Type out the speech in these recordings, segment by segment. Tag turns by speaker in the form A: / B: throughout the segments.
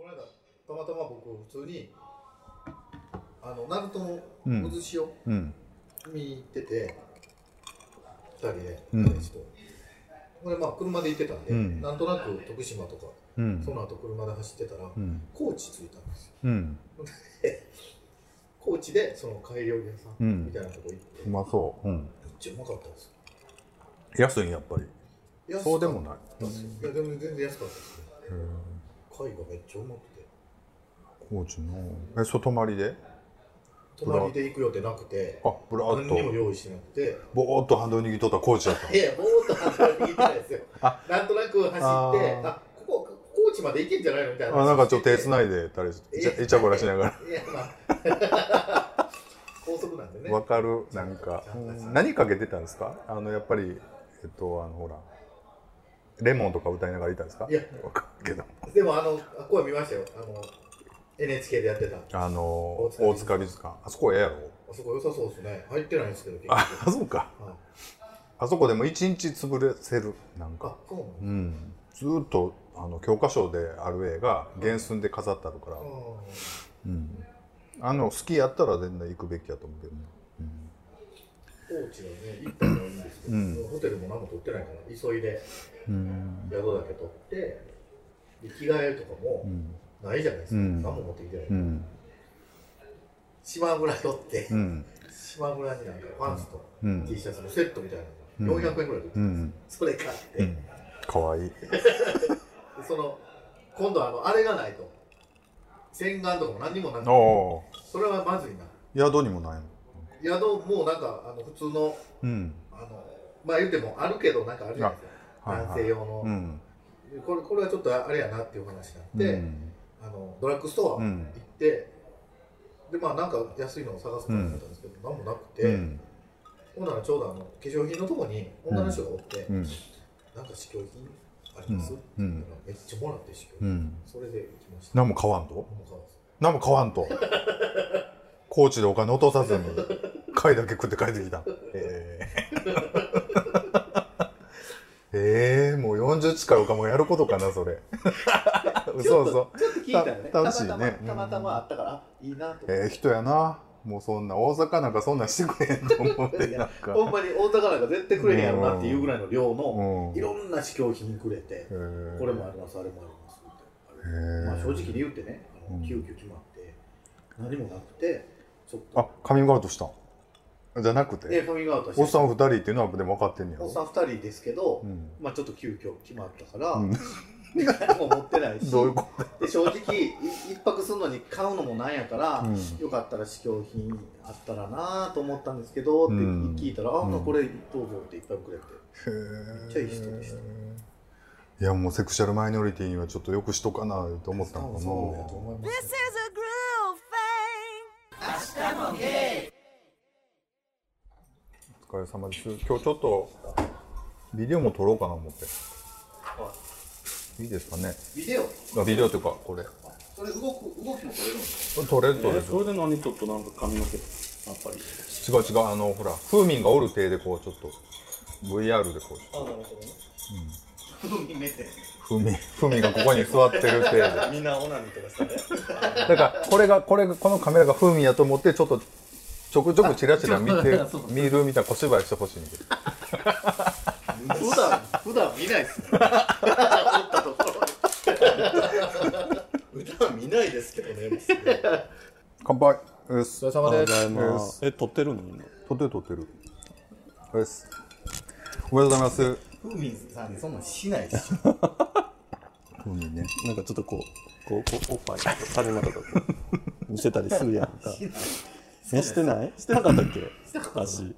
A: たまたま僕普通にあのナルト
B: う
A: の
B: ん
A: 渦潮
B: うん。
A: 見てて、二人で
B: うん
A: 彼氏と、これまあ車で行ってたんで、
B: うん
A: なんとなく徳島とか
B: うん。
A: その後車で走ってたら、
B: うん。
A: 高知着いたんですよ
B: うん。
A: 高知でその改良屋さ
B: うんん
A: みたいなとこ行って、
B: う
A: めっ
B: まそう。うん。
A: ちゃうまかったんですよ
B: 安いんやっぱり。
A: 安
B: そうでもない
A: かったんですよいやでも全然安かったですね貝がめっちゃうまくて
B: 高知の。え、そう泊まりで
A: 泊まりで行く予定なくて
B: あ、ブラ
A: 何
B: ー
A: にも
B: っと。
A: 用意してなくて
B: ぼーっとハンドル握っとったら高知やったの
A: い。や、ぼーっと走ってないですよ。
B: あ
A: なんとなく走って、
B: あー
A: あ、ここ、高知まで行けんじゃないのみたいな。。
B: あなんかちょっと手つないいでたりし
A: え
B: いちゃいちゃこらしなが
A: いや、まあ。 高速なんで
B: ら
A: ね。
B: わかるなんかうん何かけてたんですかあのやっぱりえっとあのほらレモンとか歌いながらいたんですか
A: いや
B: わかるけど
A: でも、あの、あ声見ましたよ。あの、NHK でやってた。あ
B: あの
A: 大
B: 大
A: 塚
B: 塚美術館あそこええやろ
A: そこ良さそうですね。入ってないんですけど、結局。
B: ああそうか
A: はい
B: あそこでも一日潰れせるなんか
A: あ、そうなの
B: うんずーっとあの教科書である絵が原寸で飾ってあるから、
A: あ
B: うん、あの好きやったら全然行くべきやと思うけどね、うん
A: ー高知はね、行ったのはいいんですけど、
B: うん
A: ホテルも何も取ってないから、急いで
B: うん
A: 宿だけ取って、で着替えとかも
B: うん
A: ないじゃないですか。
B: うん
A: 何も持ってきてない。
B: うん
A: 島村寄って、
B: うん
A: 島村になんかパンツと
B: うん
A: T シャツのセットみたいな
B: う
A: の
B: ん
A: が400円ぐらいで売ってた
B: うん
A: ですよそ
B: ん
A: れ買って、
B: うんかわいい
A: でその今度はあのあれがないと洗顔とかも何にもなくて
B: あ
A: それはまずいな
B: あ宿にもないの
A: 宿もうなんかあの普通の
B: うん
A: あのまあ言ってもあるけどなんかあるじゃないですか、
B: はいはい
A: 男性用の、
B: うん
A: これこれはちょっとあれやなっていう話になって、
B: うん
A: あのドラッグストア
B: う
A: 行っ
B: ん
A: て、でまあなんか安いのを探すかと思ったんですけど、何もなくて、
B: うん
A: ほんならちょうどあの化粧品のとこに女の人がおって、
B: うん
A: なんか試供品あります、
B: うん
A: だからめっちゃもらって試供
B: う
A: 品、
B: ん
A: それで行きました。
B: 何も買わんと
A: もう買わず
B: 何も買わんと高知でお金落とさずに貝だけ食って帰ってきたええ ええもう40近いおかもやることかな それ嘘嘘
A: ちょっと聞いたよね。
B: た楽しいね
A: たまたまたまたまあったから、いいなと思って。
B: ええ人やなもうそんな大阪なんかそんなんしてくれへんと思ってなんか
A: ほんまに大阪なんか絶対くれへんやろなっていうぐらいの量
B: う
A: の、
B: ん
A: いろんな試供品くれて、
B: ええ
A: これもあります、あれもありますみたいな。
B: へ
A: ま
B: え
A: あ正直に言ってね、あの
B: うん
A: 急遽決まって、何もなくて、ちょっと。
B: あカミングアウトしたんじゃなくて
A: で、ファミリーアウトして
B: おっさん二人っていうのはでも分かってんねやろ
A: おっさん2人ですけど、
B: うん
A: まあちょっと急遽決まったから、
B: うん
A: 何も持ってないし。
B: どういうこ
A: で正直い一泊するのに買うのもなんやから、
B: と、うん
A: よかったら試供品あったらなと思ったんですけどって
B: うん
A: 聞いたら「
B: うん
A: あこれどうぞ」っていっぱいくれて
B: め
A: っちゃいい人でした
B: いやもうセクシャルマイノリティにはちょっとよくしとかなと思ったの
A: 多分そうだと
B: か
A: 思います
C: This is a groove thing.
B: なお疲れ様です今日ちょっとビデオも撮ろうかな思って
A: はい
B: いいですかね
A: ビデオ
B: あビデオというかこれ
A: それ動く動きも撮れるんです
B: 撮れる撮れ
D: え
B: る
D: それで何ちょっとなんか髪の毛やっぱり
B: 違う違うあのほら風民がおる手でこうちょっと VR でこう
A: あなるほどねうん見て
B: 風民風民がここに座ってる手で
D: みんなオナニーとかした
B: だ
D: ね
B: からこれがこれがこのカメラが風味やと思ってちょっとちょくちょくチラチラ見て見るみたいな小芝居してほしいんで
A: 普段普段見ないっすね撮ったところ
D: 歌は見ないですけどね
B: 乾杯うっす
A: お疲れ様です
D: え撮ってるの今
B: 撮ってる撮ってるうっすおはようございます
A: ふうみんさんにそんなんしないし
B: 風味ね
D: なんかちょっとこうこうこうおっぱい垂れ幕とかこう見せたりするやんかえしてないしてなかったっけ足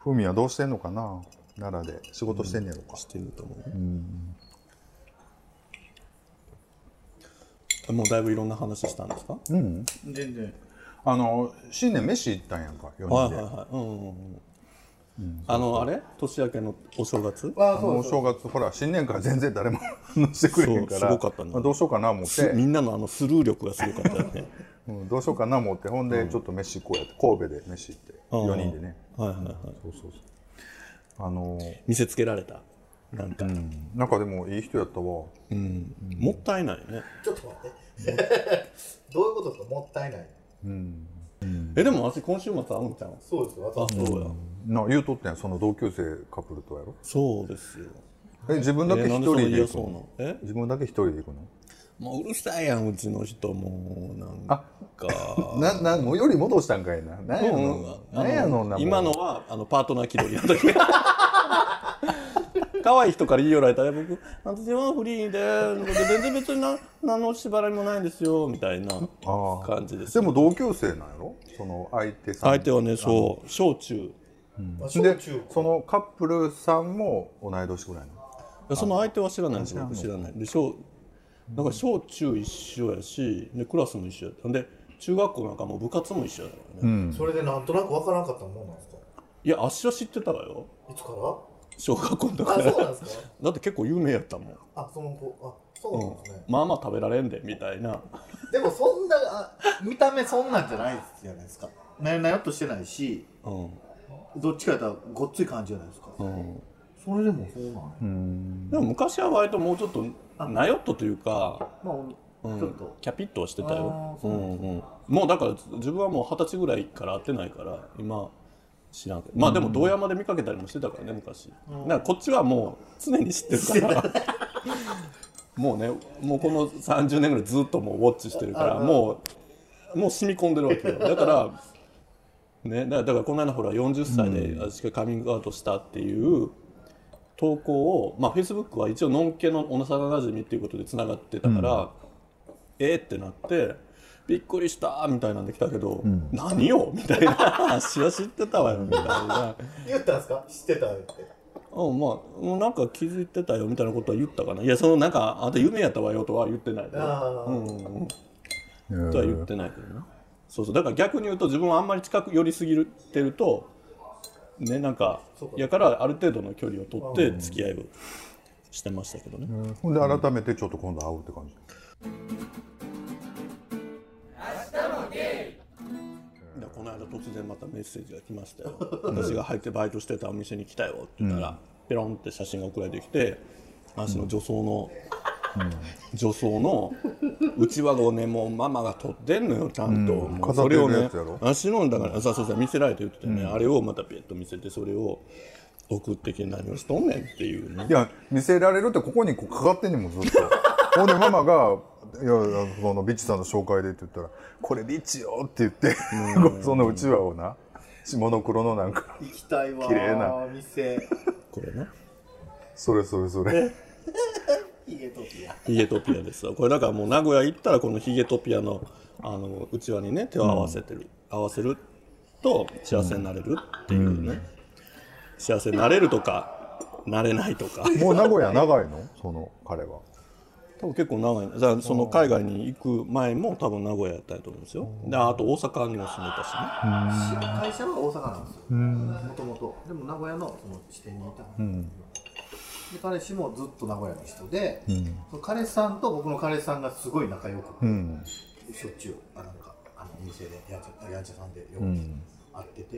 B: 風味はどうしてんのかな奈良で仕事してんねやろか
D: してると思うもうだいぶいろんな話したんですか、
B: うん
A: 全然
B: あの新年飯行ったんやんか4
D: はい
B: 人で、
D: はいはいうんうんうんあのあれ年明けのお正月
A: あ
B: あのお正月ほら新年から全然誰も 話してくれへんから
D: そうすごかったね
B: まあどうしようかな思って
D: すみんなのあのスルー力がすごかったよね
B: うん、どうしようかな思ってほんでちょっと飯行こうやって神戸で飯行って
D: うん
B: 4人でね
D: はいはいはい
B: そうそうそうあのー
D: 見せつけられたなんか、
B: うんなんかでもいい人やったわ
D: うん、もったいないね
A: ちょっと待って どういうことですかもったいない
B: うん
D: えでも私今週末会うんちゃうん
A: そうですよ私
D: そうや
B: な言うとってんその同級生カップルとやろ
D: そうですよ
B: え自分だけ
D: えな
B: 一
D: んでそ
B: 人
D: んな
B: で
D: 嫌
B: 行く
D: そうな
B: の
D: のえ
B: 自分だけ一人で行くの
D: もううるさいやんうちの人もうなんか
B: ななもうより戻したんかいななんや
D: うん
B: の
D: あ
B: なんやのなもう
D: 今のはあのパートナー気取りやった けど可愛い人から言い寄られたら僕「私はフリーで僕全然別にな何の縛りもないんですよ」みたいな
B: ああ
D: 感じです
B: でも同級生なんやろその相手さん
D: 相手はねそう小中
A: まあ小
B: で
A: 中高
B: そのカップルさんも同い年ぐらいの
D: その相手は知らないんですよ僕知らないで小だから小中一緒やしでクラスも一緒やったんで中学校なんかもう部活も一緒やからね、
A: それでなんとなくわからんかったもんなんですか
D: いやあっしは知ってたわよ
A: いつ から
D: 小学校の時
A: あそうなんですか
D: だって結構有名やったもん
A: あその子あそうなんですね、
D: まあまあ食べられんでみたいな
A: でもそんなあ見た目そんなんじゃないじゃないですかなよなよっとしてないし
D: うん
A: どっちかやったらごっつい感じじゃないですか、
D: うん
A: それでもそうなんや、
D: でも昔は割ともうちょっとなよっとというか、
A: まあ、
D: うん
A: ちょっと
D: キャピッとはしてたよ
A: あー
D: う
A: そうん
D: うん、もうだから自分はもう二十歳ぐらいから会ってないから今知らんけどまあでも堂山で見かけたりもしてたからね昔、だからこっちはもう常に知ってる からもうねもうこの30年ぐらいずっともうウォッチしてるからもうもう染み込んでるわけよだからね、だだからこの間ほら40歳で私がカミングアウトしたっていう投稿を、まあ、Facebook は一応のんけの幼なじみっていうことでつながってたから、えーってなってびっくりしたみたいなんで来たけど、何よ みたいな話は知ってたわよみたいな。
A: 言ったんですか知ってたって
D: うん、まあ、もうなんか気づいてたよみたいなことは言ったかな。いや、そのなんか、あんた夢やったわよとは言ってないね。
A: ああ、
D: とは言ってないけどな。そうそう、だから逆に言うと、自分はあんまり近く寄りすぎてると。ね、なんか、やから、ある程度の距離を取って、付き合いをしてましたけどね。
B: うんほんで改めてちょっと今度会うって感じ
D: でこの間突然またメッセージが来ましたよ私が入ってバイトしてたお店に来たよって言ったら、ペロンって写真が送られてきて私の女装の、女装のうちわをねもうママが取ってんのよちゃんと、
B: うん
D: もう
B: 飾っ
D: そ
B: て
D: れ
B: る
D: を
B: や
D: ね
B: つやろ
D: 私のだからさそうそう見せられて言っててね、あれをまたピッと見せてそれを送ってきて何をしとんねんっていうね
B: いや見せられるってここにこうかかってんねんもんずっと ほんでママが「いやそのビッチさんの紹介で」って言ったら「これビッチよ」って言って そのうちわをなモノクロのなんか
A: 行きたいわ
B: 綺麗な
A: 店
D: これね
B: それそれそれ
A: ヒゲトピア
D: ヒゲトピアですわこれだからもう名古屋行ったらこのヒゲトピアのあのうちわにね手を合わせてる、合わせると幸せになれるっていうね、幸せになれるとかなれないとか
B: もう名古屋長いのその彼は
D: 多分結構長いねだからその海外に行く前も多分名古屋やったと思うんですよであと大阪にも住んでたしね
A: 会社は大阪なんですよもともとでも名古屋のその支店にいた、で彼氏もずっと名古屋の人で、その彼氏さんと僕の彼氏さんがすごい仲良く、
B: うん
A: しょっちゅうあなんかあのお店でやんちゃやんちゃさんでよく
B: ん
A: 会ってて、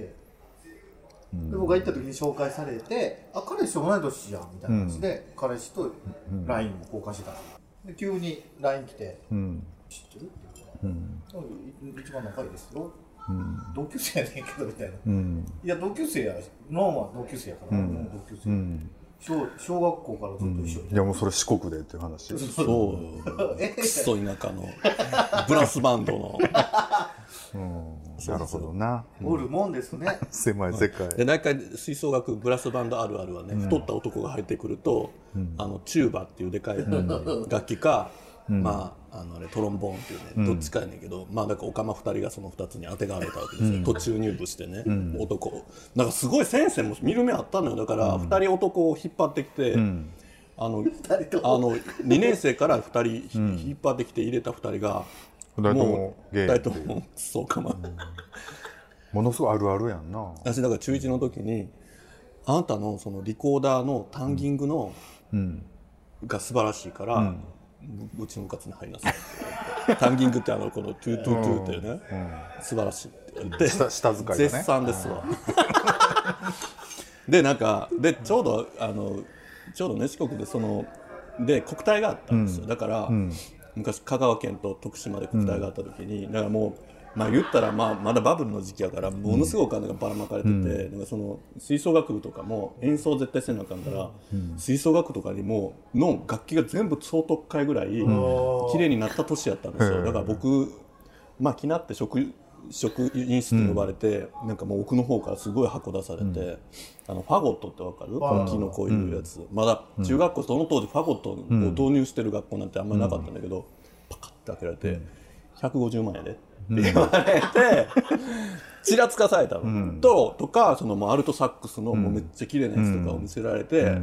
A: で僕が行った時に紹介されて「あ彼氏同い年じゃん」みたいな話で、彼氏と LINE も交換してたんですよで急に LINE 来て
B: うん
A: 「知ってる?」って言うから「い一番仲いいですよ」同級生やねんけど」みたいな「
B: うん
A: いや同級生やノンは同級生やから、俺も同級生、小小学校からずっと一緒に、
B: いやもうそれ四国でっていう話
D: そうよくっそ田舎のブラスバンドの
B: なるほどな
A: おるもんですね
B: 狭い世界
D: で毎回吹奏楽ブラスバンドあるあるはね、太った男が入ってくると、あのチューバっていうでかい楽器か、まああのあれトロンボーンっていうね、どっちかやねんけどまあだからおかま2人がその2つに当てがわれたわけですよ、途中入部してね、男をなんかすごい先生も見る目あったのよだから2人男を引っ張ってきて、あの
A: 人
D: あの2年生から2人ひ、引っ張ってきて入れた2人が
B: 二人ともゲイ
D: 2人ともそうかまあ
B: ものすごいあるあるやんな
D: 私だから中1の時にあなたのそのリコーダーのタンギングの、が素晴らしいから、ううちの部活に入りなさいって言われて タンギングってあのこのトゥートゥートゥーっていうね、素晴らしいって言われて
B: 下下遣いがね
D: 絶賛ですわでなんかでちょうどあのちょうどね四国でそので国体があったんですよ、だから、昔香川県と徳島で国体があった時に、だからもうまあ言ったらまあまだバブルの時期やからものすごいお金がばらまかれてて、なんかその吹奏楽部とかも演奏絶対せなあかんから、吹奏楽部とかにもの楽器が全部総特会ぐらい綺麗になった年やったんですよ、だから僕まあ、きなって職職員室と呼ばれて、なんかもう奥の方からすごい箱出されて、あのファゴットってわかる楽器のこういうやつ、まだ中学校その当時ファゴットを導入してる学校なんてあんまりなかったんだけど、パカッて開けられて、150万円やでって言われ て、ちらつかされたの、ととかそのもうアルトサックスのもうめっちゃ綺麗なやつとかを見せられて、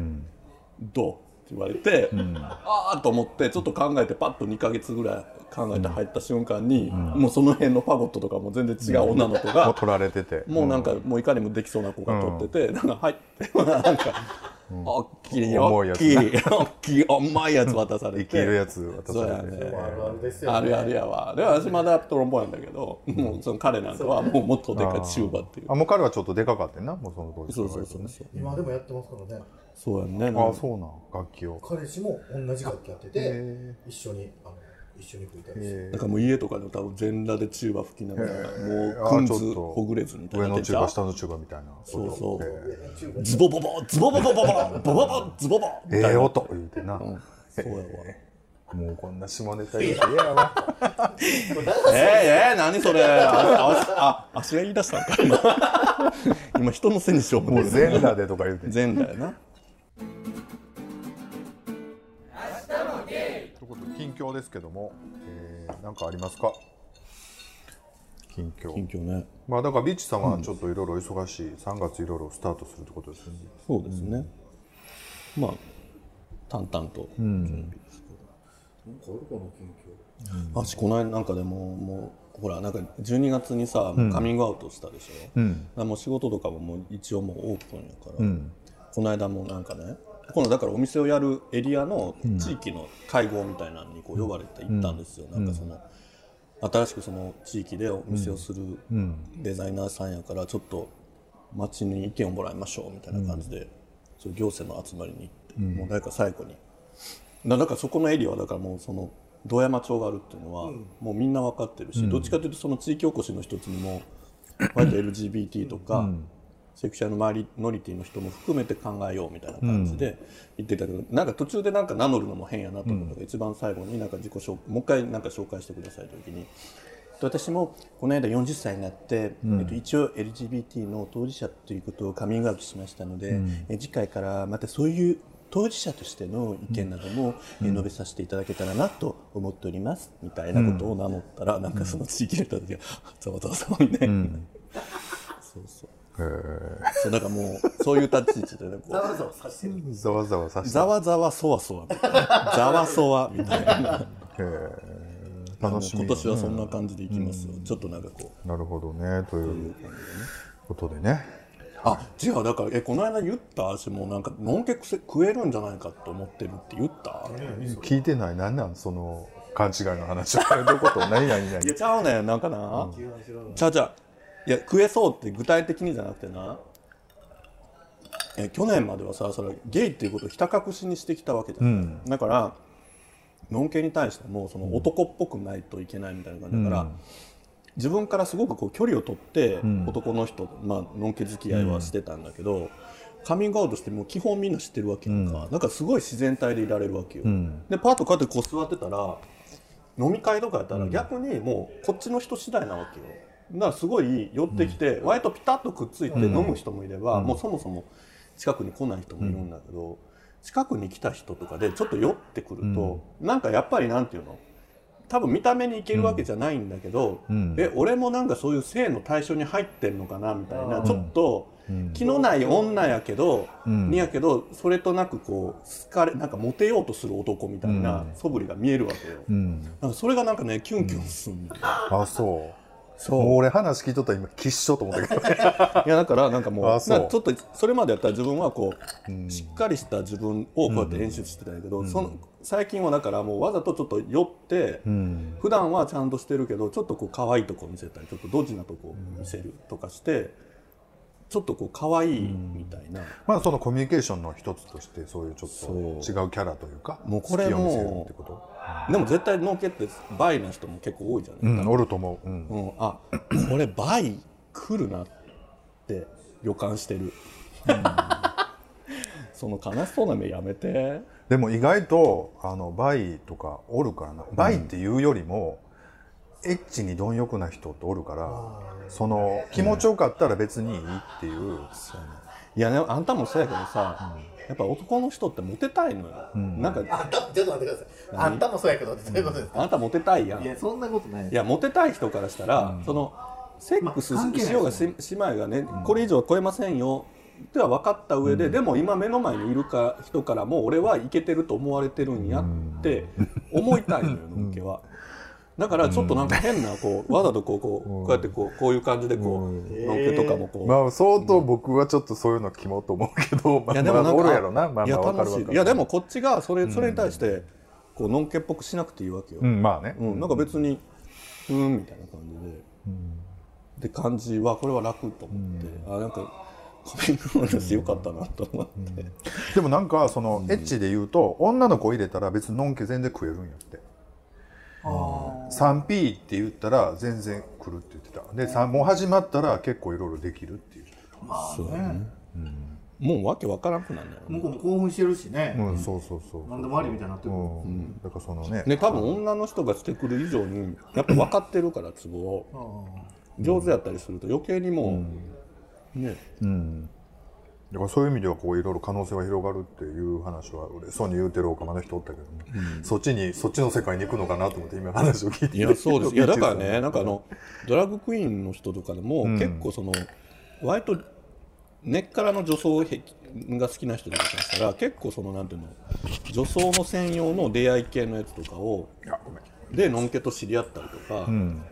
D: どうって言われて、ああと思ってちょっと考えてパッと2か月ぐらい考えて入った瞬間に、もうその辺のファゴットとかも全然違う女の子
B: もう
D: が、
B: 取られてて
D: もうなんかもういかにもできそうな子が撮ってて、なんか入ってなんか。大きい
B: 重い
D: 大
B: やつ
D: きい大きい重いやつ渡され
B: 生
D: て
B: きるやつ渡
D: そう
B: さ
D: や
B: れて、
D: ね
A: あるあるですよね。
D: あるあるやわで私まだトロンボーンやんだけど、もうその彼なんかはもうもっとでかいチューバっていう
B: あもう彼はちょっとでかかってんなもうその当時
D: そうそうそうそう
A: 今でもやってますからね。
D: そうやんねなんか
B: ああそうなん楽器を
A: 彼氏も同じ楽器やってて、一緒に、あの、一緒に吹いたりして。
D: なんかもう家とかでも多分全裸でチューバ吹きながら、もう
B: あ
D: くん
B: ー
D: ず
B: ちょっと
D: ほぐれずみたい
B: 上
D: な
B: の中
D: や
B: 華
D: ってんちゃ
B: 下の中華みたいな
D: うそうそ
B: え
D: うズボボボズボボボボボボボボボズボボみたい
B: え
D: な
B: え音言うてな、
D: そうやわ
B: もうこんな下ネタ言うて嫌やわ
D: えー、えー、何それあああ足が言い出したんか今今人のせいにしよう
B: も
D: も
B: う全裸でとか言うて
D: 全裸やな
B: ということで近況ですけども、えー、なんかありますか近況
D: 近況ね
B: まあだからビーチさんはちょっといろいろ忙しい、3月いろいろスタートするってことですよね
D: そうですね、まあ淡々と、
A: なんかあるかな、近況。
D: あしこの間なんかでももうほらなんか12月にさもうカミングアウトしたでしょ、だからもう仕事とかももう一応もうオープンやから、この間もなんかね今度だからお店をやるエリアの地域の会合みたいなのにこう呼ばれて行ったんですよ、なんかその新しくその地域でお店をするデザイナーさんやからちょっと町に意見をもらいましょうみたいな感じで、そういう行政の集まりに行って、もう誰か最後になだからそこのエリアはだからもうその堂山町があるっていうのは、もうみんな分かってるし、どっちかというとその地域おこしの一つにもこうやって LGBT とか、セクシャルマイノリティの人も含めて考えようみたいな感じで言ってたけど、なんか途中でなんか名乗るのも変やなと思ったから、一番最後になんか自己紹もう一回なんか紹介してくださいという時に。私もこの間40歳になって、えっと、一応 LGBT の当事者ということをカミングアウトしましたので、え次回からまたそういう当事者としての意見なども、え述べさせていただけたらなと思っておりますみたいなことを名乗ったら、なんかその地域の人たちが「ざわざわざわ」みたいな、そうそうそうだからもうそういう立ち位置でねこ
A: ざ
D: う
A: わざわさしてる。
B: ざわざわさ
D: 「
B: せ
D: ざ
B: て
D: わざわそわそわ」みたいな「ざわそわ」みたいな
B: 楽しみ
D: 今年はそんな感じでいきますよ、ちょっとなんかこう。
B: なるほどねということでね
D: あ違うだからえこの間言った私もなんかのんけくせ食えるんじゃないかと思ってるって言った
B: 聞いてない何なんその勘違いの 話はどういうこと何何
D: い
B: 何
D: やちゃうねんなんかなちゃうちゃういや食えそうって具体的にじゃなくてなえ去年まではさそれゲイっていうことをひた隠しにしてきたわけじゃない、だからのんけに対してもその男っぽくないといけないみたいな感じだから、自分からすごくこう距離を取って男の人、まあのんけ付き合いはしてたんだけど、カミングアウトしてもう基本みんな知ってるわけやんか、なんかすごい自然体でいられるわけよ、でパッとこうやってこう座ってたら飲み会とかやったら逆にもうこっちの人次第なわけよだからすごい寄ってきて、割とピタッとくっついて飲む人もいれば、もうそもそも近くに来ない人もいるんだけど、近くに来た人とかでちょっと酔ってくると、なんかやっぱりなんていうの多分見た目にいけるわけじゃないんだけど、え俺もなんかそういう性の対象に入ってんのかなみたいな、ちょっと気のない女やけど、にやけどそれとなくこう好かれなんかモテようとする男みたいな素振りが見えるわけよ、
B: うん
D: なんかそれがなんかねキュンキュンするんだよ、
B: あそう
D: そう
B: もう俺話聞いとったら今きっしょと思ったけど
D: いやだからなんかもう
B: あそう
D: なんかちょっとそれまでやったら自分はこう、しっかりした自分をこうやって演出してたんやけど、その最近はだからもうわざとちょっと酔って、普段はちゃんとしてるけどちょっとこう可愛いとこ見せたりちょっとドジなとこ見せるとかして、ちょっとこう可愛いみたいな、
B: まあそのコミュニケーションの一つとしてそういうちょっと
D: そう
B: 違うキャラというか
D: もうこれ
B: 好きを見せる
D: もう
B: ってこと
D: でも絶対ノーケってバイな人も結構多いじゃない、
B: うんおると思う、うん
D: うん、あこれ倍来るなって予感してる、その悲しそうな目やめて
B: でも意外とあのバイとかおるからなバイっていうよりも、エッチに貪欲な人っておるからその気持ちよかったら別にいいっていう、
D: いやねあんたもそうやけどさ、やっぱ男の人ってモテたいのよ、なんか
A: あんたちょっと待ってくださいあんたもそうやけどってそういうことですか
D: あんたモテたいやん
A: いやそんなことない
D: いやモテたい人からしたら、そのセックス
A: まあ関係ない
D: しようがししまいがね、これ以上は超えませんよっては分かった上で、でも今目の前にいるか人からも俺はいけてると思われてるんやって思いたいのよ、のんけは。だからちょっとなんか変なこうわざとこうこうこうやってこうこういう感じでこう、のんけとかもこう、
B: まあ相当僕はちょっとそういうのキモと思うけど、まあ
D: いやでも
B: ま
D: な
B: あ
D: んか
B: おるやろなまあ
D: い
B: ま
D: や
B: あわかる
D: 楽
B: わ
D: し
B: か
D: い
B: る
D: いやでもこっちがそれそれに対してこうのんけっぽくしなくていいわけよ、
B: うんまあね、
D: うん、なんか別にうーんみたいな感じで、って感じはこれは楽と思って、あなんかカミングアウトしてよかったなと思って、
B: でもなんかそのエッチで言うと女の子入れたら別にのんけ全然食えるんやって
A: あ
B: 3P って言ったら全然来るって言ってたでさもう始まったら結構いろいろできるっていう
A: ーまあね
D: もうわけわからなくなるんだよね
A: 向こうも興奮してるしね
B: うん、そうそうそう
A: 何でもありみたいになってる
B: うんだからそのね
D: で多分女の人がしてくる以上にやっぱ分かってるからツボを上手やったりすると余計にもう、ね
B: だからそういう意味ではこういろいろ可能性が広がるっていう話は嬉しそうに言うてるおかまの人おったけど、ねそっちにそっちの世界に行くのかなと思って今話を聞いて
D: いやそう ですいやだからねなんかあのドラッグクイーンの人とかでも、結構その割と根っからの女装癖が好きな人とかからしたら結構そのなんていうの女装の専用の出会い系のやつとかを
B: いやごめん
D: でのんけと知り合ったりとか、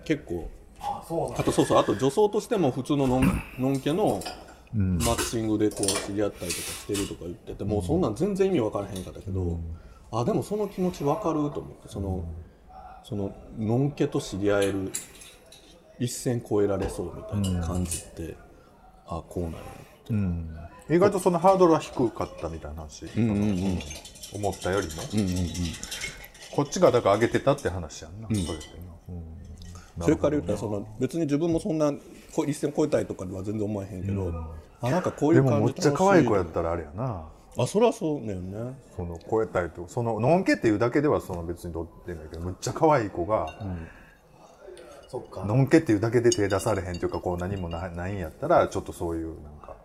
D: 結構
A: あそうなん
D: あとそうそうあと女装としても普通ののんのんけのマッチングでこう知り合ったりとかしてるとか言っててもうそんなん全然意味わからへんかったけど、あでもその気持ちわかると思ってその、そののんけと知り合える一線越えられそうみたいな感じって、あこうなる
B: 意外とそのハードルは低かったみたいな話、思ったよりも、こっちがだから上げてたって話やんな、それってな
D: それから言ったらその別に自分もそんなこ一線越えたいとかでは全然思えへんけど、あなんかこうい
B: で
D: う
B: も
D: 感
B: めっ
D: じ
B: ちゃ可愛い子や
D: 楽
B: っ
D: しい
B: たらあれやな
D: あそれはそうだよね
B: その超えたりとそののんけっていうだけではその別にどうってんだけどむっちゃ可愛い子が、
A: そっか
B: のんけっていうだけで手出されへんというかこう何もなないんやったらちょっとそういうなんか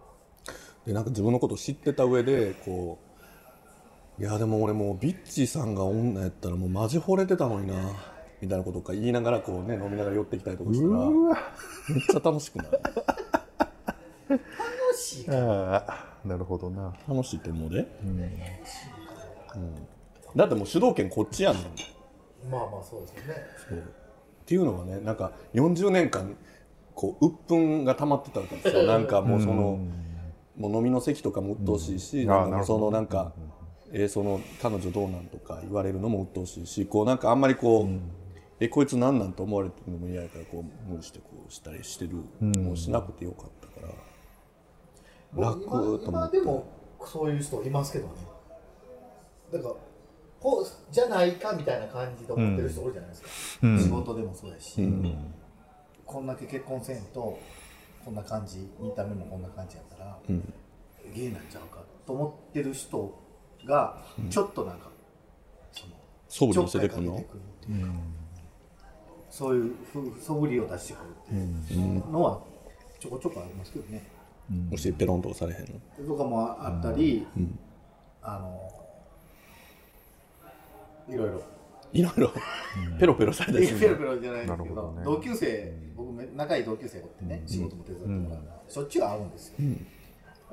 D: でなんか自分のことを知ってた上でこういやでも俺もうビッチーさんが女やったらもうマジ惚れてたのになみたいなことか言いながらこうね飲みながら寄ってきたりとかしたらめっちゃ楽しくなる
B: ああなるほどな
D: 楽しいと思うで、うんだってもう主導権こっちやねんっ
A: まあまあそうですよね
D: ていうのがねなんか40年間こう鬱憤が溜まってたわけですよなんかもうその、もう飲みの席とかも鬱陶しいし、
B: ん
D: なん
B: あーな
D: かも
B: る
D: うそ
B: ほ
D: のなんか、えーその彼女どうなんとか言われるのも鬱陶しいしこうなんかあんまりこう、えこいつなんなんと思われてるのも嫌やからこう無理してこうしたりしてる、もうしなくてよかったから楽
A: 僕今
D: と思
A: 今
D: っ
A: で
D: て
A: もそういう人いますけどねだからこうじゃないかみたいな感じで思ってる人おるじゃないですか、仕事でもそうやし、こんだけ結婚せんとこんな感じ見た目もこんな感じやったら、ゲイなんちゃうかと思ってる人がちょっとなんか、その
D: 素振
A: ち
D: り
A: ょ
D: 寄
A: っか
D: せ
A: い
D: て
A: か
D: く
A: け
D: ん
A: て
D: の
A: くるっていうか、そういうふ素振りを出してくるっていうのはちょこちょこありますけどね。
D: そしてペロンと押されへんの
A: とかもあったり、あのいろいろ。
D: いろいろペロペロされた
A: い
D: り
A: や
D: する
A: ペロペ
D: の
A: ロじゃないんですけど
B: なるほどね
A: 同級生僕め仲いい同級生おってね仕事も手伝ってもらうからしょっちゅう会うんですよ、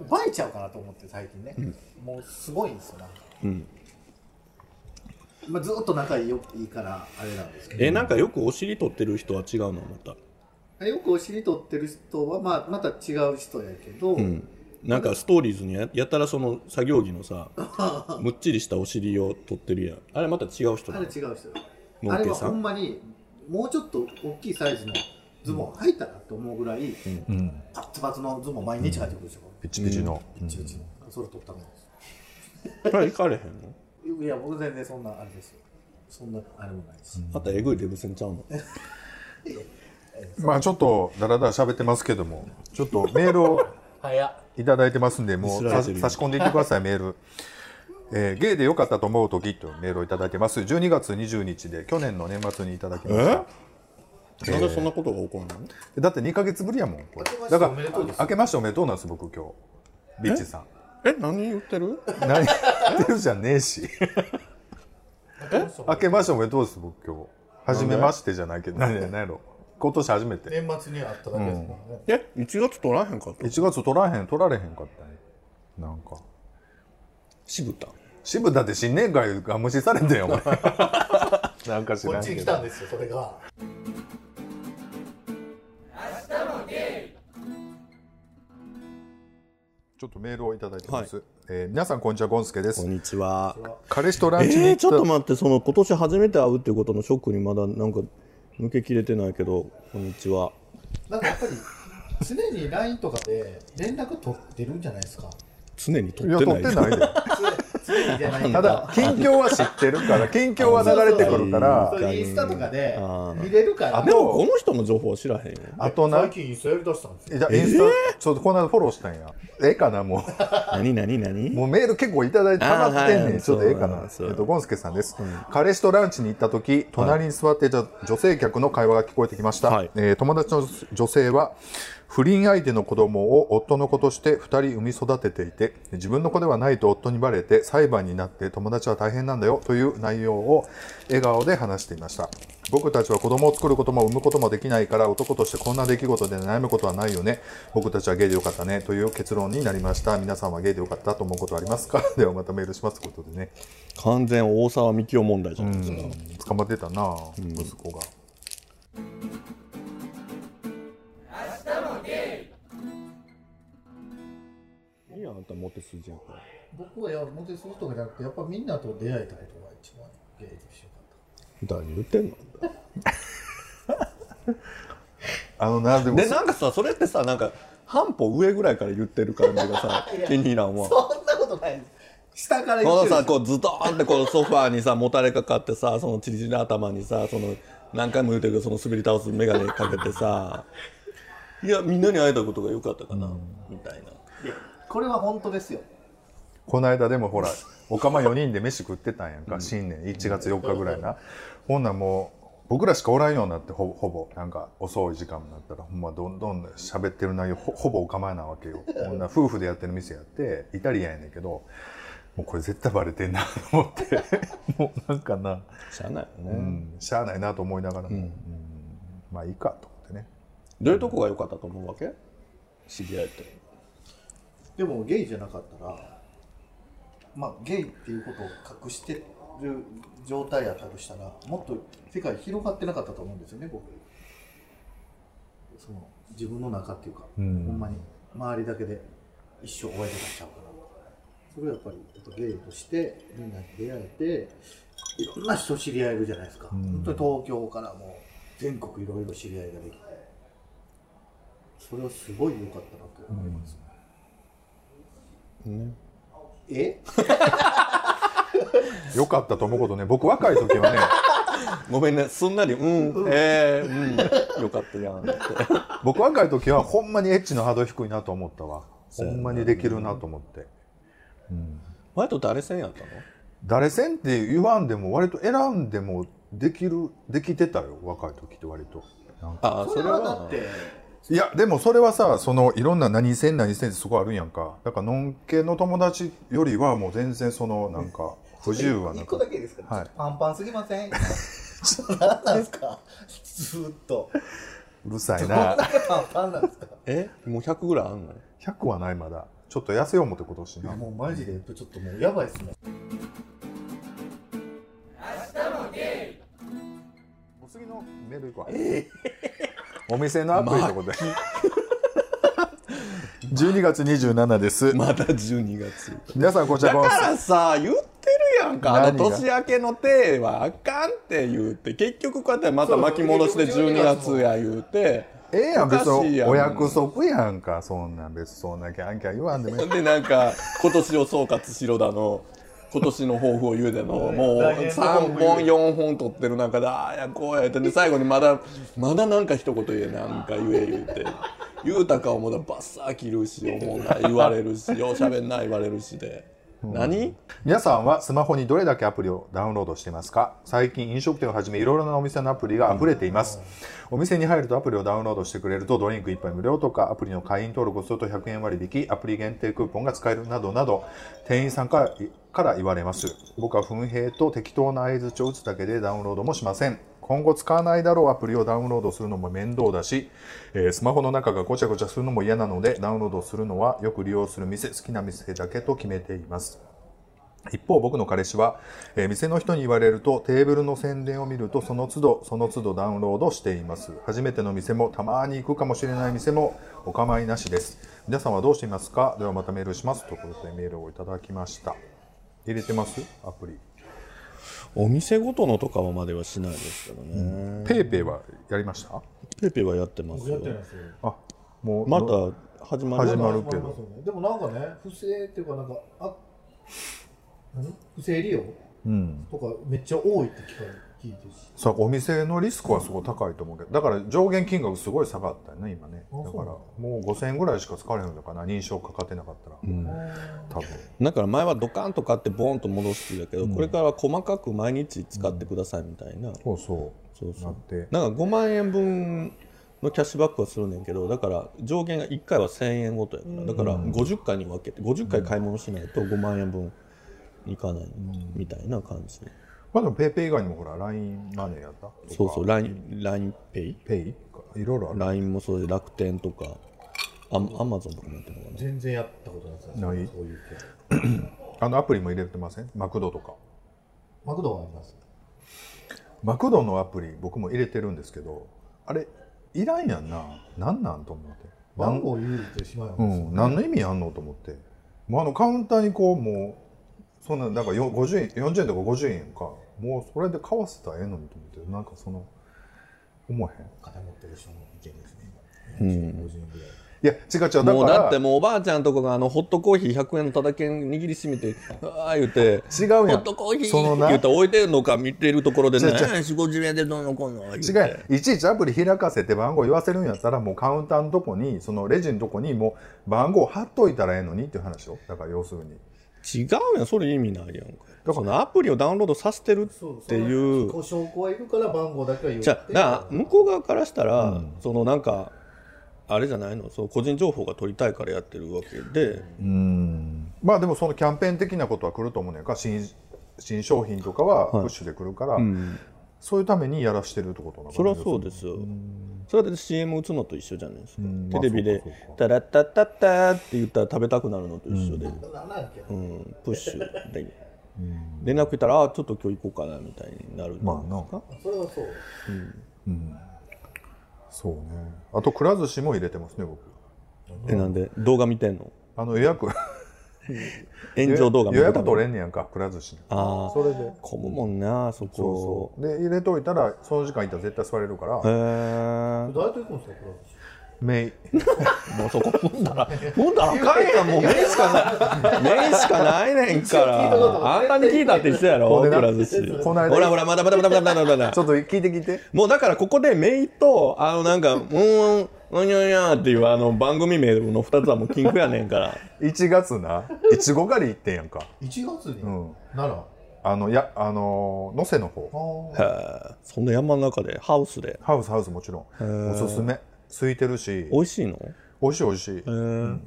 A: バレちゃうかなと思って最近ね、もうすごいんですよなんか、
D: ん
A: まあ、ずっと仲いいよいいからあれなんですけど
D: えなんかよくお尻取ってる人は違うのまた
A: よくお尻取ってる人は、まあ、また違う人やけど、
D: なんかストーリーズにややたらその作業着の さむっちりしたお尻を取ってるやんあれまた違う人
A: あ
D: だ
A: れ違う人
D: の
A: あ
D: ん
A: れ
D: け
A: は
D: さ
A: ほん
D: ん
A: まにもうちょっと大きいサイズのズボン履いたらと思うぐらい、
B: うん
A: パッツパツのズボン毎日履いてくるでしょ、
B: ピチピチの、
A: ピッチピチの、それ取ったもんです
D: あ行かれへんの
A: いや、僕全然そんなあれですよ。そんなあれもないし。
D: またえぐいデブ戦ちゃうの
B: まあちょっとだらだら喋ってますけどもちょっとメールを
A: 早っ。
B: いただいてますんでもう
D: 知られ
B: さ
D: てるよ
B: 差し込んでいってくださいメール、えーゲイで良かったと思う時というメールをいただいてます12月20日で去年の年末にいただきました
D: なぜそんなことが起こるの
B: でだって2か月ぶりやもんこれ
A: け
B: だ
A: まして
B: か
A: おめでとうで
B: ら明けましておめでとうなんです僕今日ビッチさん
D: え何言ってる
B: 何言ってるじゃねえし明けましておめでとうです僕今日初めましてじゃないけど何や何やろ今年初めて
A: 年末にあっただけですもんね。
D: え1月取らへんかった
B: 1月取らへん取られへんかったねなんか
D: 渋田
B: 渋田で新年会が無視されてんよお前なんか知
A: こ
B: ら
A: っ
B: ん
A: ち
B: け
A: に来
B: ど
A: たんですよ、それが。
B: ちょっとメールをいただいてます、えー皆さんこんにちはゴンスケです
D: にちは
B: 彼氏とラ
D: え
B: ンチに行
D: ー、
B: った
D: ちょっと待ってその今年初めて会うっていうことのショックにまだなんか抜けきれてないけどこんにちは
A: なんかやっぱり、常に LINE とかで連絡取ってるんじゃないですか。
D: 常に取
B: いや
D: ってな
B: 取
D: い
B: ってないで
A: 常にじゃない
B: ただ近況は知ってるから近況は流れてくるか
A: そ
B: ら
A: れインスタとかで見れるから。
D: でもこの人の情報は知ら へんよ
B: あとな
A: 近インスタやりだしたんですよ。
B: じゃあインスタ、ちょっとこの間フォローしたんやええかなも
D: 何何
B: う
D: 何
B: もうメール結構いただいてたまってんねん、
D: あーはい
B: ちょっとええかなえっ
D: そうそう
B: とゴンスケさんです、彼氏とランチに行った時隣に座っていた女性客の会話が聞こえてきました、
D: はい
B: えー友達の女性は不倫相手の子供を夫の子として2人産み育てていて自分の子ではないと夫にバレて裁判になって友達は大変なんだよという内容を笑顔で話していました僕たちは子供を作ることも産むこともできないから男としてこんな出来事で悩むことはないよね僕たちはゲイでよかったねという結論になりました皆さんはゲイでよかったと思うことはありますか ではまたメールしますということでね
D: 完全大沢みきお問題じゃないですか、
B: 捕まってたな、息子が
D: いいやんあんたモテ筋やから
A: 僕はモテするとかじゃなくて、やっぱみんなと出会えたことが一番ゲイとしてよかっ
D: 何言ってんの
B: あのなでも
D: でなんかさそれってさなんか半歩上ぐらいから言ってる感じが さ気に入らんわ
A: た。 そんなことないです。下から言
D: こ
A: って
D: の
A: る
D: さこうズドーンってこのソファーにさもたれかかってさそのチリチリの頭にさその何回も言うてるけどその滑り倒す眼鏡かけてさいやみんなに会えたことが良かったかな、みたいな
A: これは本当ですよ。
B: この間でもほらおかま4人で飯食ってたんやんか、新年1月4日ぐらいなほんなんもう僕らしかおらんようになってほほぼなんか遅い時間になったらほんまどんどん喋ってる内容ほほぼおかまなわけよこんな夫婦でやってる店やってイタリアンやねんけどもうこれ絶対バレてんなと思ってもうなんかな、
D: しゃあないよね、
B: うん、しゃあないなと思いながらも、うんまあいいかと思ってね
D: どういうとこが良かったと思うわけ知り合いって
A: でもゲイじゃなかったら、まあ、ゲイっていうことを隠してる状態やったとしたらもっと世界広がってなかったと思うんですよね僕その自分の中っていうか、
B: うん
A: ほんまに周りだけで一生終えてたんちゃうかなそれはやっぱりやっぱゲイとしてみんなに出会えていろんな人知り合えるじゃないですか、
B: ん
A: 本当に東京からもう全国いろいろ知り合いができてそれはすごい良かったなと思います、え
B: よかったと思うことね僕若い時はね
D: ごめんねすんなり「うん、ええうんよかったやん」って
B: 僕若い時はほんまにエッチのハードル低いなと思ったわほんまにできるなと思って
D: 前と誰戦やったの
B: 誰せんって言わんでも割と選んでもできるできてたよ若い時って割と
D: あ
A: それはだって
B: いやでもそれはさそのいろんな何せん何せんってすごいあるんやんかだからのんけの友達よりはもう全然そのなんか不自由はな
A: 一
B: か
A: 個
B: った
A: だけですから、
B: はい
A: パンパンすぎま せんちょっと何なんですかずーっと
B: うるさい
A: どんだ
B: な
A: けパンパンなんですか
D: えもう100ぐらいあんの
B: 100はないまだちょっと痩せよう思って今年
A: いや
B: な
A: もうマジでちょっともうやばいっすね
B: お次のメール行こう、お店のアプリとこで12月27です
D: まだ12月
B: 皆さんこんにち
D: だ
B: は
D: か
B: ゴンス
D: らさ言ってるや
E: やんかあの
B: 何が
E: 年明けの手はあかんって言うて結局こうやってまた巻き戻して
A: そう
E: 12月や言うて
B: ええやん別
E: おかしい
B: に
E: やん
B: お約束やんかそんなん別にそんなキャンキャン言わんでもい い
E: でなんか今年を総括しろだの今年の抱負を言うでのもう
A: 来年の抱負
E: 3
A: 言う
E: 本4本取ってる中でああやこうやってで最後にまだまだなんか一言言えなんか言え言うて言うたか思うたらバッサー切るし思うな言われるしようしゃべんな言われるしで、何
B: 皆さんはスマホにどれだけアプリをダウンロードしていますか最近飲食店をはじめいろいろなお店のアプリが溢れています、お店に入るとアプリをダウンロードしてくれるとドリンク1杯無料とかアプリの会員登録をすると100円割引アプリ限定クーポンが使えるなどなど店員さんからから言われます僕は憤平と適当な相づちを打つだけでダウンロードもしません今後使わないだろうアプリをダウンロードするのも面倒だし、えースマホの中がごちゃごちゃするのも嫌なのでダウンロードするのはよく利用する店好きな店だけと決めています一方僕の彼氏は、えー店の人に言われるとテーブルの宣伝を見るとその都度その都度ダウンロードしています初めての店もたまに行くかもしれない店もお構いなしです皆さんはどうしていますかではまたメールしますということでメールをいただきました入れてますアプリ
D: お店ごとのとかはまではしないですけどね。
B: ペイペイはやりました
D: ペイペイはやってますよ。
B: あもう
D: ま
B: ど
D: た始まる
B: 始まる
A: あ
B: けど
A: りますよねでもなんかね不正っていうかなんかあ何不正利用
B: うん
A: とかめっちゃ多いって聞かれ聞いてるし
B: さお店のリスクはすごい高いと思うけどだから上限金額すごい下がったよね今ねだ
A: そう
B: からもう5000円ぐらいしか使われへんのかな認証かかってなかったら、多分
D: だから前はドカンと買ってボーンと戻してたけど、これからは細かく毎日使ってくださいみたいな。
B: そうそ
D: そうそ
B: なっ
D: う。
B: て
D: なんか5万円分のキャッシュバックはするねんけどだから上限が1回は1000円ごとやからだから50回に分けて50回買い物しないと5万円分いかないみたいな感じ、
B: まあでもペイペイ以外にもほら LINE マネーやった
D: そうそう LINEPay?
B: ペイかいろいろある
D: LINE もそうで楽天とかアアマゾンとかもやってるのかな
A: 全然やったことないです
B: ない
A: そういう系
B: あのアプリも入れてませんマクドとか
A: マクドはあります
B: マクドのアプリ僕も入れてるんですけどあれいらんやんななんなんと思って
A: 番号有利ってしまいます
B: う
A: よ
B: ん、何の意味あんのと思って、もうあのカウンターにこうもうそんななんかよ50円40円とか50円やんかもうそれで買わせたらええのにと思ってなんかその思わへん
A: 金持ってる人の意見ですね今50円ぐらい
B: いや違う違うだから
D: もうだってもうおばあちゃんとかがあのホットコーヒー100円のただけん握りしめてああ言うて
B: 違うやん
D: ホットコーヒー
B: そのな
D: 言うて置いてるのか見てるところでね
B: 違う違う
D: 4 5 0円でどうのこうの言うて
B: 違ういちいちアプリ開かせて番号言わせるんやったらもうカウンターのとこにそのレジのとこにもう番号貼っといたらええのにっていう話をだから要するに
D: 違うやんそれ意味ないやんかそのアプリをダウンロードさせてるっていう
A: そう証拠はいるから番号だけは言って
D: じゃあだから向こう側からしたら、そのなんかあれじゃないのその個人情報が取りたいからやってるわけで、
B: まあでもそのキャンペーン的なことは来ると思うねんか新新商品とかはプッシュで来るから、そういうためにやらしてるってことなのかな
D: それはそうですよそれはだって CM 打つのと一緒じゃないですか、
B: ん
D: テレビで
B: まあそうか
D: 「タラッタッタッタ」って言ったら食べたくなるのと一緒で、
A: なんなんやっけど
D: うんプッシュで連絡来たら「あちょっと今日行こうかな」みたいになるじゃないですか、
B: ま
A: それはそう
B: そうねあとくら寿司も入れてますね僕
D: えなんで動画見てんの
B: あの予約
D: 炎上動画見
B: 予
D: て
B: 約取れんねやんかくら寿司に
D: ああ
B: それで
D: 混むもんなそこ
B: そうそうで入れといたらその時間いったら絶対座れるから、
D: へえ
A: 誰と行くんですかこ
B: メイ
D: もうそこ踏んだら踏んだらあかんやんもう目しかない目しかないねんからあんなに聞いたって言ってたやろ
B: ほんでな
D: くら寿司
B: この間
D: ほらほらまだまだまだまだまだまだ
B: ちょっと聞いて聞いて
D: もうだからここでメイとあのなんか「うんうんうんにゃんにゃん」っていうあの番組名の2つはもう禁句やねんから
B: 1月ないちご狩り行ってんやんか
A: れ1月に
B: うん
A: なら
B: あのやあの能勢の方
A: あ
D: へえそんな山の中でハウスで
B: ハウスハウスもちろんおすすめ空いてるし
D: 美味しいの
B: 美味しい美味しい
A: 俺この去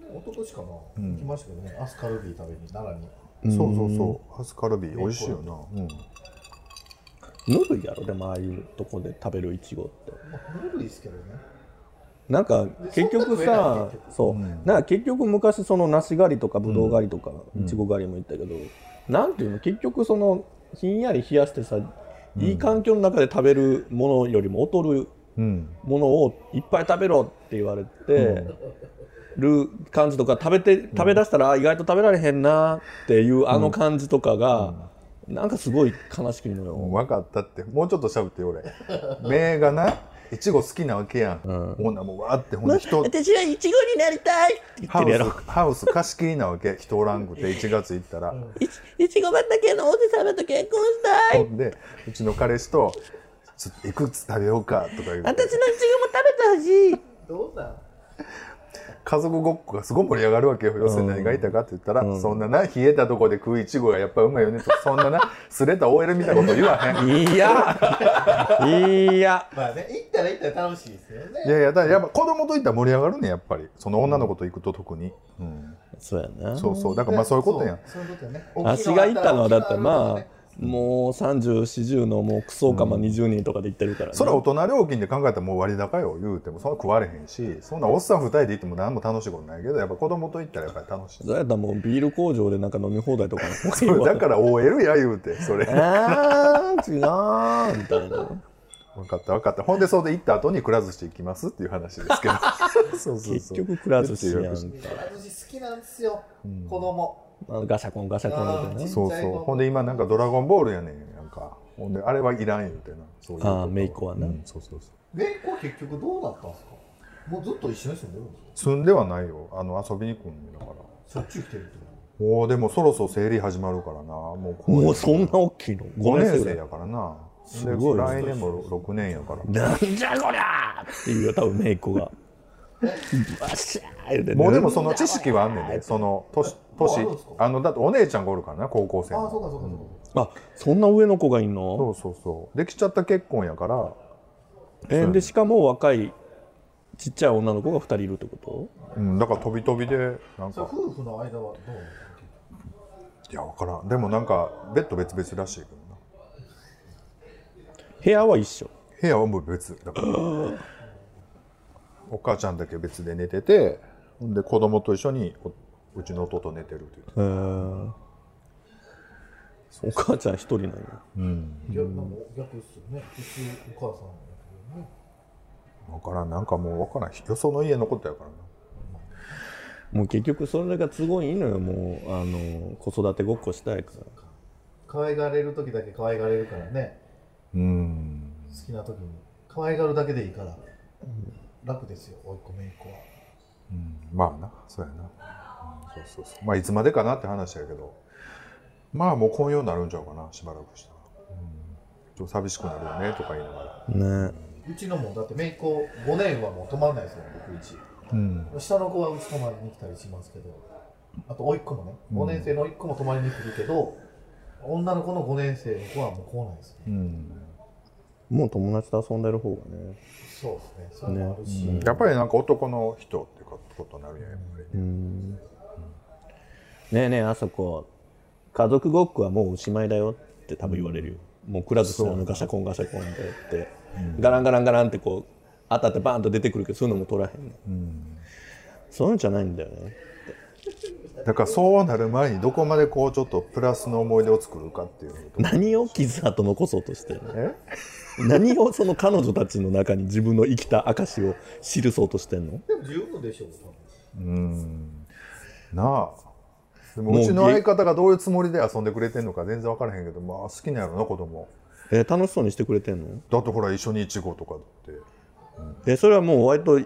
A: 年一昨年かな行きましたけどねアスカルビー食べに奈良に
B: そうそうそうハウスカルビー美味しいよな、うん、
D: ぬるいやろでもああいうとこで食べるいちごって
A: まあぬるいですけどね
D: なんか結局さそう、なんか結局昔その梨狩りとかぶどう狩りとかいちご狩りも言ったけど、なんていうの結局そのひんやり冷やしてさいい環境の中で食べるものよりも劣るものをいっぱい食べろって言われて、る感じとか食べて食べだしたら、あ意外と食べられへんなっていうあの感じとかが、なんかすごい悲しくのよ、
B: もう分かったってもうちょっとしゃぶってよ 俺目がないちご好きなわけやん、ほんならもうわーってほんで人
D: 私はイチゴになりたいって言っ
B: ハ
D: て
B: ウ
D: るや
B: ス
D: ろ
B: ハウス貸し切りなわけ人おらんくて1月行ったら、
D: いちご畑のおじ様と結婚した
B: ほんでうちの彼氏と「ちょっといくつ食べようか」とか言うて
D: のいちごも食べてほしい
A: どうだ
B: 家族ごっこがすごい盛り上がるわけよ要するに何がいたかって言ったら、そんなな冷えたとこで食ういちごがやっぱうまいよねとそんな なすれた OL みたいなこと言わ へん
D: いやいや
A: まあね、行ったら行ったら楽しいですよね。
B: いやいやだからやっぱ子供といったら盛り上がるねやっぱりその女の子と行くと特に、うん、
D: そうやな
B: そうそうだからまあそういうことやん
A: そうそういうことやね。
D: 足がいたのはだっ
A: 大
D: てま
A: きいのがあったら大きいのがあるとか
D: あ
A: ね
D: もう3040のもうクソカマ20人とかで行ってるから、ね
B: それは大人料金で考えたらもう割高よ言うてもそんな食われへんしそんなおっさん2人で行っても何も楽しいことないけどやっぱ子供と行ったらやっぱり楽しい
D: そうやったらもうビール工場でなんか飲み放題とかの方がいい
B: それ
D: わ
B: だから OL や言うてそれ
D: あー違うみたいな
B: 分かった分かったほんでそれで行った後にくら寿司行きますっていう話ですけどそうそう
D: 結
B: そう
D: 局くら寿司やんか
A: 私好きなんですよ、子供。
D: あのガシャコンガシャコンみたいな
B: そうそうほんで今なんか「ドラゴンボール」やねんなんかほんであれはいらん言うてなそういうこと
D: ああめいっ子はな
B: うんそうそうそう
A: で、これ結局どうだったんですかもうずっと一緒に住んでるんですか
B: 住んではないよあの遊びに来るんだから
A: しょっちゅう来てるってこ
B: もうでもそろそろ生理始まるからなもうこ
D: もうそんな大きいの
B: 5
D: 5
B: 年
D: 年
B: 生
D: 生だ
B: やからなす
D: ごいね
B: 来年も6年やから
D: なんじゃこりゃーっていうよ多分めいっ 子がバシャー言うて
B: もうでもその知識はあんねんでその年
A: あ
B: 年
A: るんですか
B: あのだってお姉ちゃんがおるからな高校生
A: とあ
B: の
A: あ、そうかそうかそう
D: あそんな上の子がいんの
B: そうそうそうできちゃった結婚やから
D: えでしかも若いちっちゃい女の子が2人いるってこ
B: うん、だから飛び飛びでなん
A: か。
B: か
A: それ夫婦の間はどうなの
B: いや分からんでもなんかベッド別々らしいけどな
D: と部屋は一緒
B: 部屋はもう別だからお母ちゃんだけ別で寝ててほんで子供と一緒におうちの弟寝てるっていう
D: へーお母ちゃん一人なんや
A: いや、でも逆ですよね。普通お母さん。
B: 分からんなんかもう分からんよその家のことやからな
D: もう結局それが都合いいのよもうあの子育てごっこしたいから
A: 可愛がれる時だけ可愛がれるからね。
B: うん
A: 好きな時に。可愛がるだけでいいから。楽ですよ、おいっ子めいっ子は。
B: まあなそうやな、うんそうそうそうまあいつまでかなって話やけどまあもう今夜になるんちゃうかなしばらくしたら、うん、ちょっと寂しくなるよねとか言いながら
D: ね
A: うちのもだって姪っ子5年はもう止まんないですよ僕一
B: うん
A: 下の子はうち泊まりに来たりしますけどあと甥っ子もね5年生の甥っ子も泊まりに来るけど、女の子の5年生の子はもう来ないですね
B: うん
D: もう友達と遊んでる方がね
A: そうですねそれもあるし、
B: やっぱりなんか男の人ってことになるやんやっぱりね、
D: ねえねえあそこ家族ごっこはもうおしまいだよって多分言われるよ、もうくら寿司のあのガシャコンガシャコンでやって、ガランガランガランってこう当たってバーンと出てくるけどそういうのも取らへんね、そういうんじゃないんだよね
B: だからそうなる前にどこまでこうちょっとプラスの思い出を作るかっていうこと
D: 何を傷跡残そうとしてるの
B: え
D: 何をその彼女たちの中に自分の生きた証を記そうとしてんの
A: でも十分でしょう多分
B: なあでも
D: もう
B: うちの相方がどういうつもりで遊んでくれてんのか全然分からへんけどまあ好きなんやろな子供
D: えー楽しそうにしてくれてんの
B: だってほら一緒にイチゴとかって
D: えーそれはもう割と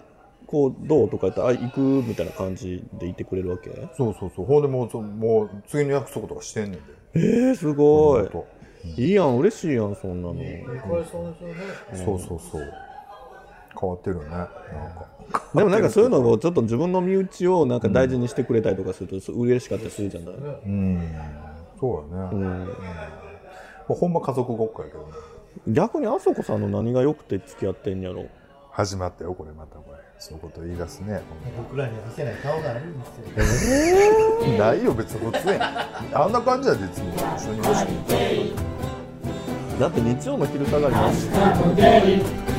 D: こうどうとか言ったらあ行くみたいな感じでいてくれるわけ
B: そうそうそうほんでもうそもう次の約束とかしてんねんで
D: えー、すごい、
B: と
D: いいやん嬉しいやんそんなので
A: かわいそうですよね
B: そうそうそう変わってるよねなんか
D: もなんかそういうのをちょっと自分の身内をなんか大事にしてくれたりとかするとそう嬉しかったりするじゃない、
B: そうやね、うんまあほんま家族ごっこやけどね
D: 逆にあそこさんの何が良くて付き合ってんやろ
B: 始まったよこれまたこれそういうこと言い出すねほんま
A: 僕らには見せない顔があるんですよ
B: ないよ別に普通やんあんな感じやでいつも一緒に欲しく
D: だって日曜の昼下がりの
F: Hasta poder,